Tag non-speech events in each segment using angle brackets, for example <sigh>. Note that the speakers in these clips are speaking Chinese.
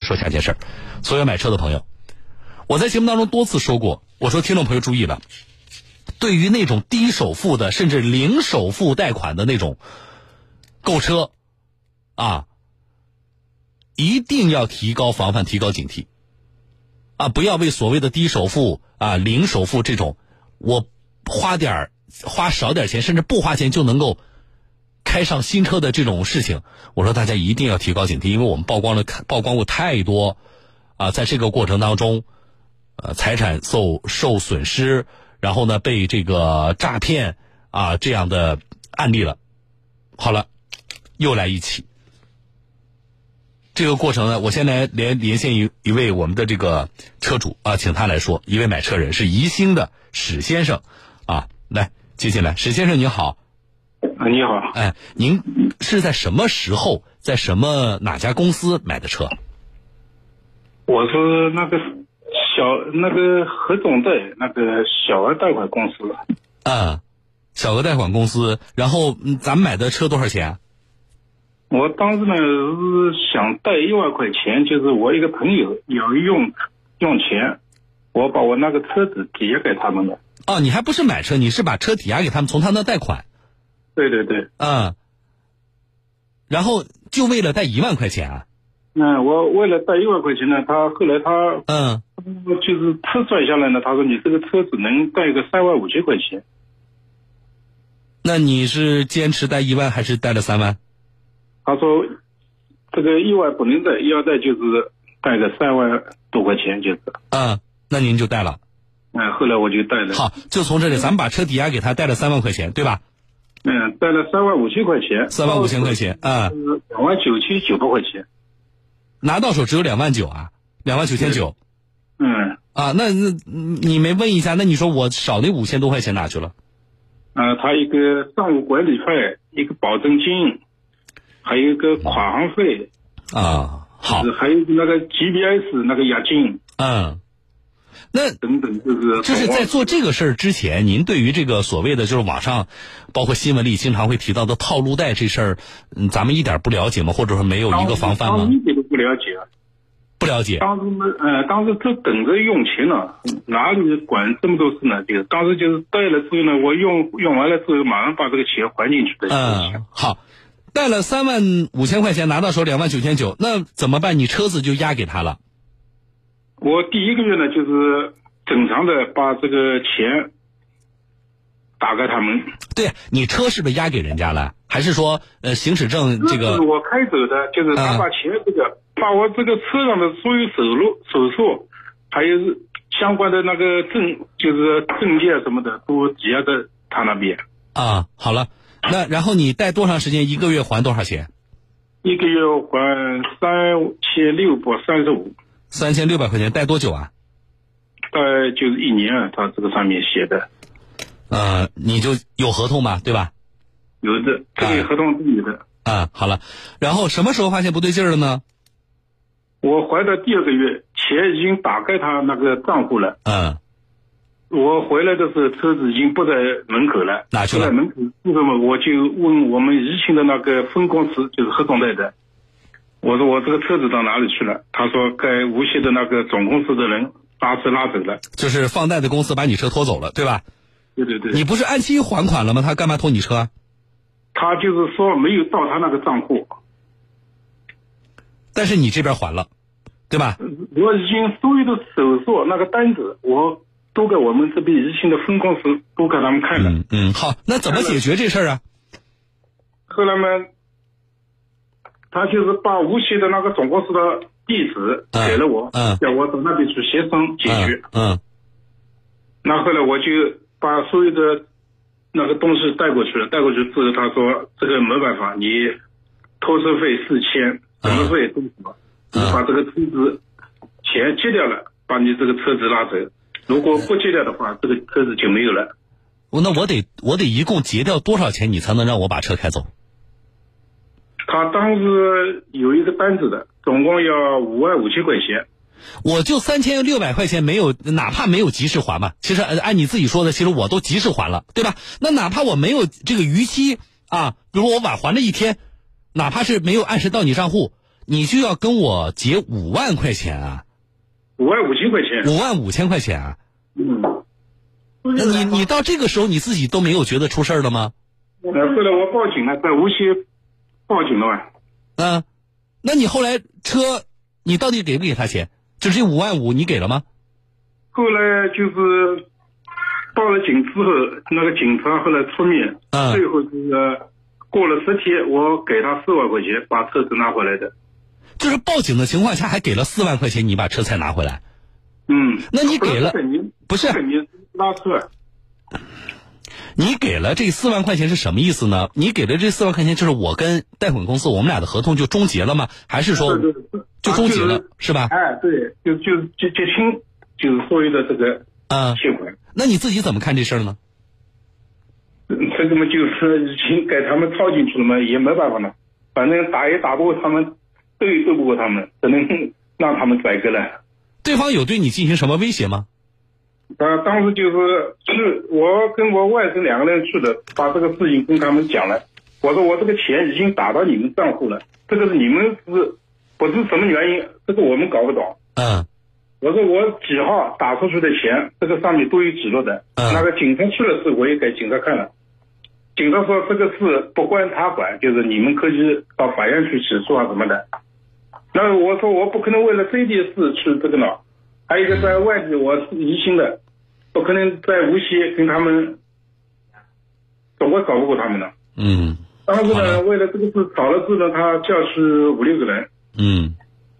说下件事儿，所有买车的朋友，我在节目当中多次说过，我说听众朋友注意了，对于那种低首付的，甚至零首付贷款的那种购车，啊，一定要提高防范，提高警惕，啊，不要为所谓的低首付啊、零首付这种，我花点儿、花少点儿钱，甚至不花钱就能够开上新车的这种事情，我说大家一定要提高警惕，因为我们曝光了曝光过太多啊，在这个过程当中，呃，财产受受损失，然后呢被这个诈骗啊这样的案例了。好了，又来一起。这个过程呢，我先来连连线一一位我们的这个车主啊，请他来说，一位买车人是宜兴的史先生啊，来接进来，史先生您好。啊，你好，哎，您是在什么时候，在什么哪家公司买的车？我是那个小那个何总贷那个小额贷款公司，嗯，小额贷款公司。然后嗯咱们买的车多少钱？啊我当时呢是想贷一万块钱，就是我一个朋友有用用钱，我把我那个车子抵押给他们了。哦，你还不是买车，你是把车抵押给他们，从他那贷款。对对对，嗯，然后就为了贷一万块钱啊？那我为了贷一万块钱呢，他后来他嗯，就是车转下来呢，他说你这个车只能贷个三万五千块钱，那你是坚持贷一万还是贷了三万？他说这个一万不能贷，要贷就是贷个三万多块钱就是。嗯，那您就贷了。嗯，后来我就贷了，好，就从这里，咱们把车抵押给他，贷了三万块钱，对吧？嗯，贷了三万五千块钱，三万五千块钱，嗯，呃，两万九千九百块钱，拿到手只有两万九啊，两万九千九。嗯，啊，那那嗯你没问一下？那你说我少那五千多块钱哪去了？呃，他一个账务管理费，一个保证金，还有一个款行费，啊，好是，还有那个 GBS 那个押金嗯，那等等，就是就是在在做这个事儿之前，您对于这个所谓的就是网上，包括新闻里经常会提到的套路贷这事儿，嗯，咱们一点不了解吗？或者说没有一个防范当吗时？一点都不了解，啊不了解。当时呢，呃，当时就等着用钱呢，哪里管这么多事呢？就是当时就是贷了之后呢，我用用完了之后，马上把这个钱还进去的。嗯，好，贷了三万五千块钱，拿到手两万九千九，那怎么办？你车子就押给他了。我第一个月呢，就是正常的把这个钱打给他们，对你车是不是押给人家了？还是说呃行驶证这就是个我开走的，就是他把钱这个，把我这个车上的所有手录、手术，还有相关的那个证，就是证件什么的，都抵押在他那边。啊？好了，那然后你贷多长时间？一个月还多少钱？一个月还三千六百三十五，三千六百块钱贷多久啊？大概就是一年啊，他这个上面写的呃，你就有合同嘛，对吧？有的，这哎个合同都有的。啊，好了，然后什么时候发现不对劲儿了呢？我还的第二个月，钱已经打给他那个账户了。嗯，我回来的时候，车子已经不在门口了，哪去了不在门口，那个嘛，我就问我们宜兴的那个分公司，就是合同贷的，我说我这个车子到哪里去了？他说该无锡的那个总公司的人把车拉走了。就是放贷的公司把你车拖走了，对吧？对对对，你不是按期还款了吗？他干嘛拖你车啊？他就是说没有到他那个账户，但是你这边还了，对吧？我已经所有的手术那个单子，我都给我们这边宜兴的分公司都给他们看了。嗯嗯，好，那怎么解决这事儿啊？后来嘛，他就是把无锡的那个总公司的地址嗯给了我，嗯叫我到那边去协商解决嗯。嗯那后来我就把所有的那个东西带过去了，带过去之后他说这个没办法，你拖车费四千，什么费都什么，嗯你把这个车子钱结掉了，把你这个车子拉走。如果不结掉的话，这个车子就没有了。我嗯那我得我得一共结掉多少钱，你才能让我把车开走？他当时有一个单子的，总共要五万五千块钱。我就三千六百块钱没有，哪怕没有及时还嘛，其实呃按你自己说的，其实我都及时还了，对吧？那哪怕我没有这个逾期啊，比如我晚还了一天，哪怕是没有按时到你账户，你就要跟我结五万块钱啊，五万五千块钱，五万五千块钱啊。嗯，那你你到这个时候你自己都没有觉得出事儿了吗？呃，后来我报警了，在无锡报警了嘛，啊，那你后来车你到底给不给他钱？就这五万五你给了吗？后来就是报了警之后，那个警察后来出面，嗯最后就是呃过了十天，我给他四万块钱，把车子拿回来的。就是报警的情况下还给了四万块钱，你把车才拿回来。嗯，那你给了不是你不是你拉车，你给了这四万块钱是什么意思呢？你给了这四万块钱，就是我跟贷款公司我们俩的合同就终结了吗？还是说对对对啊就终结了，是吧？哎，对，就就就结清，就是所有的这个嗯，欠款，那你自己怎么看这事儿呢？ <laughs> 这个嘛就是已经给他们套进去了嘛，也没办法了，反正打也打不过他们，斗也斗不过他们，只能让他们宰割了。对方有对你进行什么威胁吗？啊，当时就是是我跟我外甥两个人去的，把这个事情跟他们讲了。我说我这个钱已经打到你们账户了，这个是你们是不是什么原因？这个我们搞不懂。嗯我说我几号打出去的钱，这个上面都有记录的。嗯那个警察去了时，我也给警察看了。警察说这个事不关他管，就是你们可以到法院去起诉啊什么的。那我说我不可能为了这件事去这个闹，还有一个在外地我是疑心的，不可能在无锡跟他们，我搞不过他们的。嗯当时好呢，的为了这个事找了之后，他叫去五六个人嗯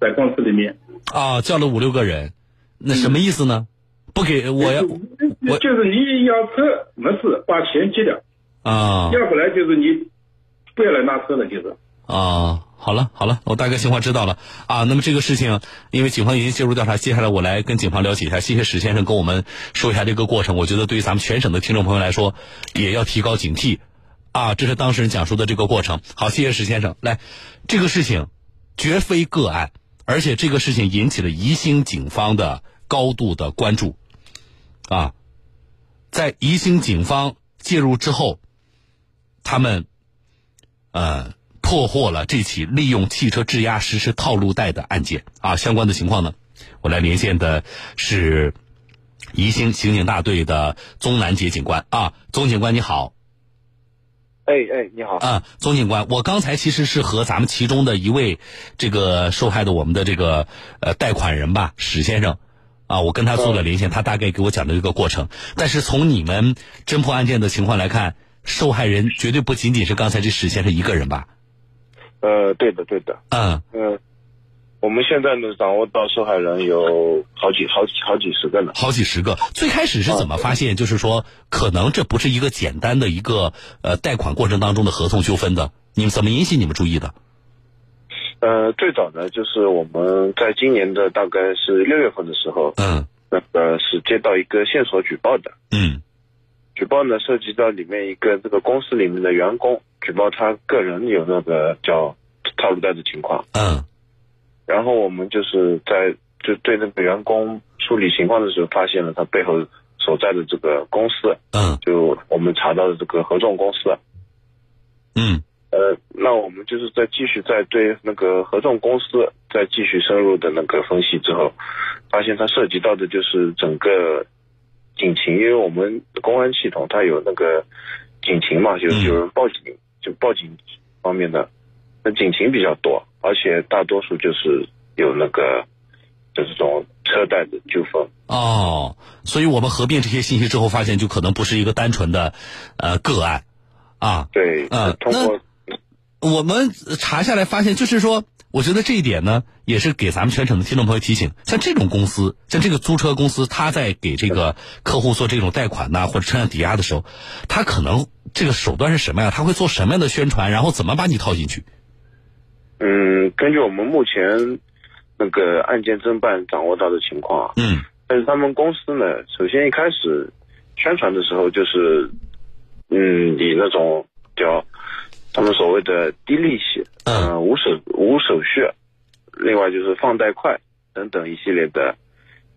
在公司里面。啊，叫了五六个人，那什么意思呢？不给我要哎嗯我就是你要车没事，把钱结掉，啊要不然就是你不要来拿车了，就是。啊。好了好了，我大概情况知道了啊。那么这个事情，因为警方已经介入调查，接下来我来跟警方了解一下。谢谢史先生跟我们说一下这个过程。我觉得对于咱们全省的听众朋友来说，也要提高警惕啊。这是当事人讲述的这个过程。好，谢谢史先生。来，这个事情绝非个案，而且这个事情引起了宜兴警方的高度的关注啊。在宜兴警方介入之后，他们呃破获了这起利用汽车质押实施套路贷的案件啊。相关的情况呢，我来连线的是宜兴刑警大队的宗南杰警官啊，宗警官你好哎哎，你好，啊，宗警官，我刚才其实是和咱们其中的一位这个受害的我们的这个呃贷款人吧，史先生。啊，我跟他做了连线，他大概给我讲了一个过程。但是从你们侦破案件的情况来看，受害人绝对不仅仅是刚才这史先生一个人吧？呃，对的对的，嗯，嗯、我们现在呢掌握到受害人有好几好几好几十个呢，好几十个。最开始是怎么发现？就是说，可能这不是一个简单的一个呃贷款过程当中的合同纠纷的。你们怎么引起你们注意的？呃，最早呢就是我们在今年的大概是六月份的时候，嗯那个是接到一个线索举报的，嗯举报呢涉及到里面一个这个公司里面的员工举报他个人有那个叫套路贷的情况，嗯然后我们就是在就对那个员工处理情况的时候，发现了他背后所在的这个公司，嗯就我们查到的这个合众公司。啊嗯呃，那我们就是在继续在对那个合众公司再继续深入的那个分析之后，发现它涉及到的就是整个警情，因为我们公安系统它有那个警情嘛，有嗯有人报警，就报警方面的，那警情比较多，而且大多数就是有那个就这种车贷的纠纷。哦，所以我们合并这些信息之后，发现就可能不是一个单纯的呃个案啊。对，嗯通过我们查下来发现，就是说，我觉得这一点呢，也是给咱们全省的听众朋友提醒。像这种公司，像这个租车公司，他在给这个客户做这种贷款呐、或者车辆抵押的时候，他可能这个手段是什么呀？他会做什么样的宣传？然后怎么把你套进去？嗯，根据我们目前那个案件侦办掌握到的情况啊，嗯但是他们公司呢，首先一开始宣传的时候就是，嗯，以那种叫他们所谓的低利息，嗯呃，无手无手续，另外就是放贷快等等一系列的，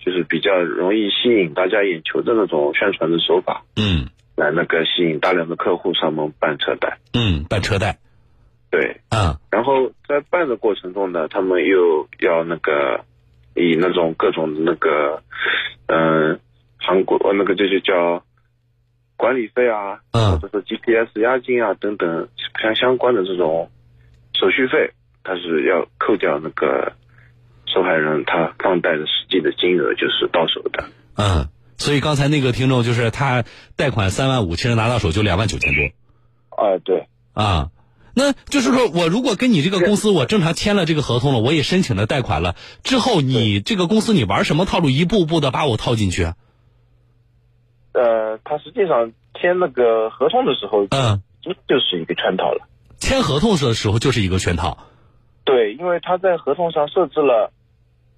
就是比较容易吸引大家眼球的那种宣传的手法，嗯来那个吸引大量的客户上门办车贷。嗯，办车贷。对，嗯然后在办的过程中呢，他们又要那个以那种各种那个，嗯、韩国呃那个这就叫管理费啊，或嗯者是 GPS 押金啊等等相相关的这种手续费，它是要扣掉那个受害人他放贷的实际的金额，就是到手的。嗯。所以刚才那个听众就是他贷款三万五，其实拿到手就两万九千多啊，对，啊。那就是说我如果跟你这个公司我正常签了这个合同了，我也申请了贷款了，之后你这个公司你玩什么套路，一步步的把我套进去啊？呃，他实际上签那个合同的时候，嗯，就就是一个圈套了。签合同的时候就是一个圈套。对，因为他在合同上设置了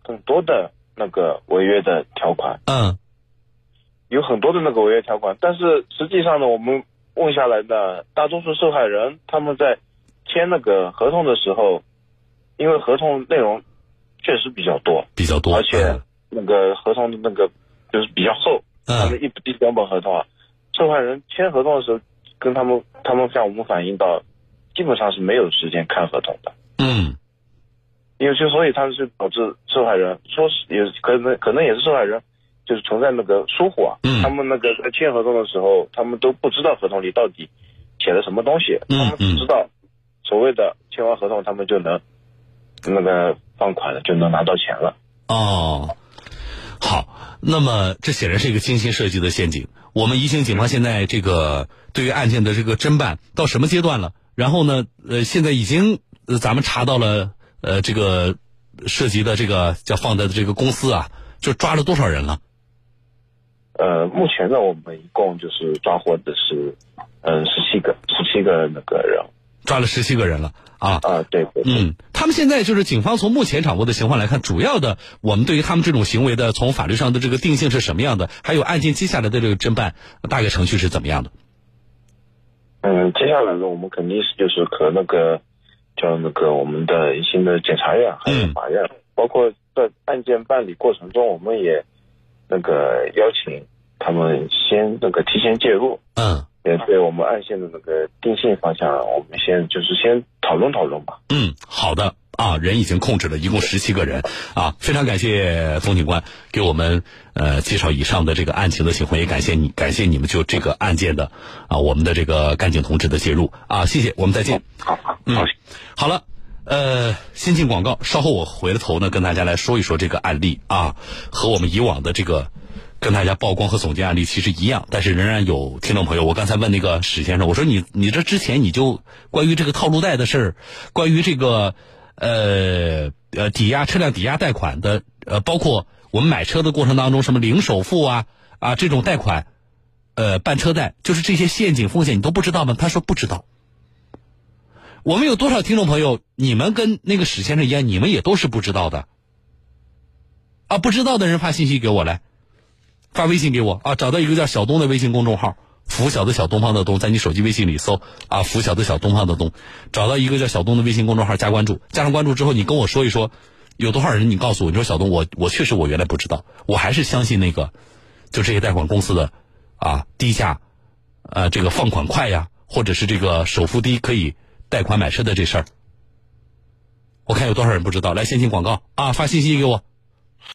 很多的那个违约的条款，嗯有很多的那个违约条款，但是实际上呢，我们问下来呢，大多数受害人他们在签那个合同的时候，因为合同内容确实比较多，比较多，而且那个合同的那个就是比较厚，他嗯们一一两本合同啊，受害人签合同的时候，跟他们他们向我们反映到，基本上是没有时间看合同的。嗯因为就所以他们就导致受害人说是也可能可能也是受害人，就是存在那个疏忽啊。嗯他们那个在签合同的时候，他们都不知道合同里到底写了什么东西，嗯他们只知道所谓的签完合同，他们就能那个放款了，就能拿到钱了。哦，好，那么这显然是一个精心设计的陷阱。我们宜兴警方现在这个对于案件的这个侦办到什么阶段了？然后呢，呃，现在已经、呃、咱们查到了呃这个涉及的这个叫放贷的这个公司啊，就抓了多少人了？呃，目前呢，我们一共就是抓获的是，嗯，十七个，十七个那个人抓了十七个人了啊。啊，对，对对嗯，他们现在就是警方从目前掌握的情况来看，主要的我们对于他们这种行为的从法律上的这个定性是什么样的，还有案件接下来的这个侦办大概程序是怎么样的？嗯，接下来呢，我们肯定是就是和那个叫那个我们的一些的检察院还有法院，包括在案件办理过程中，我们也那个邀请他们先那个提前介入，嗯也对我们案件的那个定性方向，我们先就是先讨论讨论吧。嗯，好的啊，人已经控制了，一共十七个人啊，非常感谢冯警官给我们呃介绍以上的这个案情的情况，也感谢你，感谢你们就这个案件的啊我们的这个干警同志的介入啊，谢谢，我们再见。好，好，嗯好，好了，呃，先进广告，稍后我回了头呢，跟大家来说一说这个案例啊，和我们以往的这个跟大家曝光和总结案例其实一样，但是仍然有听众朋友，我刚才问那个史先生，我说你你这之前你就关于这个套路贷的事儿，关于这个呃呃抵押车辆抵押贷款的呃，包括我们买车的过程当中什么零首付啊啊这种贷款。呃，办车贷就是这些陷阱风险，你都不知道吗？他说不知道。我们有多少听众朋友，你们跟那个史先生一样，你们也都是不知道的啊！不知道的人发信息给我来，发微信给我啊！找到一个叫小东的微信公众号，拂晓的小东方的东，在你手机微信里搜啊，拂晓的小东方的东，找到一个叫小东的微信公众号加关注，加上关注之后，你跟我说一说，有多少人你告诉我，你说小东，我我确实我原来不知道，我还是相信那个，就这些贷款公司的啊低价呃，这个放款快呀，或者是这个首付低可以贷款买车的这事儿，我看有多少人不知道。来，先进广告啊，发信息给我